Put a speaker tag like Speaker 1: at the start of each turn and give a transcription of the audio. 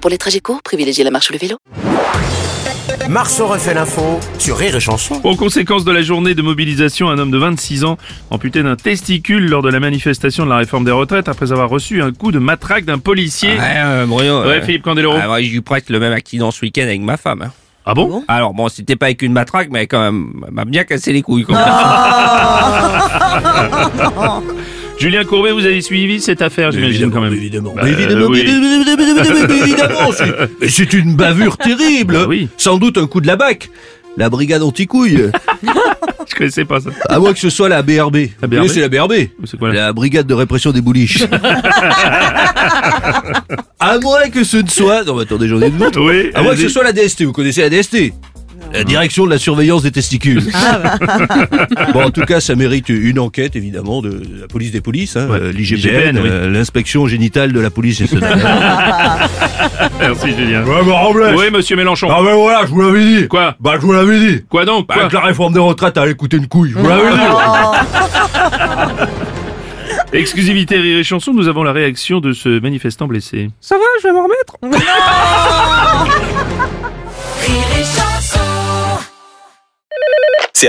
Speaker 1: Pour les trajets courts, privilégiez la marche ou le vélo.
Speaker 2: Marceau refait l'info sur Rire et Chanson.
Speaker 3: En conséquence de la journée de mobilisation, un homme de 26 ans, amputé d'un testicule lors de la manifestation de la réforme des retraites, après avoir reçu un coup de matraque d'un policier.
Speaker 4: Ouais, euh, Bruno.
Speaker 3: Ouais, Philippe Candeloro.
Speaker 4: Ah, moi, j'ai eu presque le même accident ce week-end avec ma femme. hein.
Speaker 3: Ah bon
Speaker 4: Alors bon, c'était pas avec une matraque, mais quand même, elle m'a bien cassé les couilles. Quand même.
Speaker 3: Julien Courbet, vous avez suivi cette affaire, j'imagine quand même.
Speaker 5: Évidemment,
Speaker 3: Bah,
Speaker 5: mais évidemment,
Speaker 3: euh, oui.
Speaker 5: mais évidemment, mais évidemment, mais évidemment, c'est- mais c'est une bavure terrible.
Speaker 3: Bah oui.
Speaker 5: Sans doute un coup de la BAC, la brigade anti-couille.
Speaker 3: Je connaissais pas ça.
Speaker 5: À moins que ce soit la BRB.
Speaker 3: La BRB?
Speaker 5: Mais c'est la BRB.
Speaker 3: C'est quoi, là
Speaker 5: La brigade de répression des bouliches. à moins que ce ne soit. Non, mais attendez, j'en ai une autre.
Speaker 3: Oui,
Speaker 5: À moins que
Speaker 3: allez-y.
Speaker 5: Ah ce soit la DST. Vous connaissez la DST La direction de la surveillance des testicules. bon, en tout cas, ça mérite une enquête, évidemment, de la police des polices, hein,
Speaker 3: Ouais.
Speaker 5: euh,
Speaker 3: l'IGPN,
Speaker 5: l'IGPN,
Speaker 3: oui.
Speaker 5: euh, l'inspection génitale de la police nationale.
Speaker 3: Merci Julien.
Speaker 5: Ouais, bah, Robles.
Speaker 3: Oui, monsieur Mélenchon.
Speaker 5: Ah ben voilà, je vous l'avais dit.
Speaker 3: Quoi
Speaker 5: Bah je vous l'avais dit.
Speaker 3: Quoi donc
Speaker 5: Bah
Speaker 3: Quoi
Speaker 5: que la réforme des retraites allait coûter une couille. Je vous l'avais dit.
Speaker 3: Exclusivité Rire et Chanson, nous avons la réaction de ce manifestant blessé.
Speaker 4: Ça va, je vais m'en remettre.
Speaker 6: C'est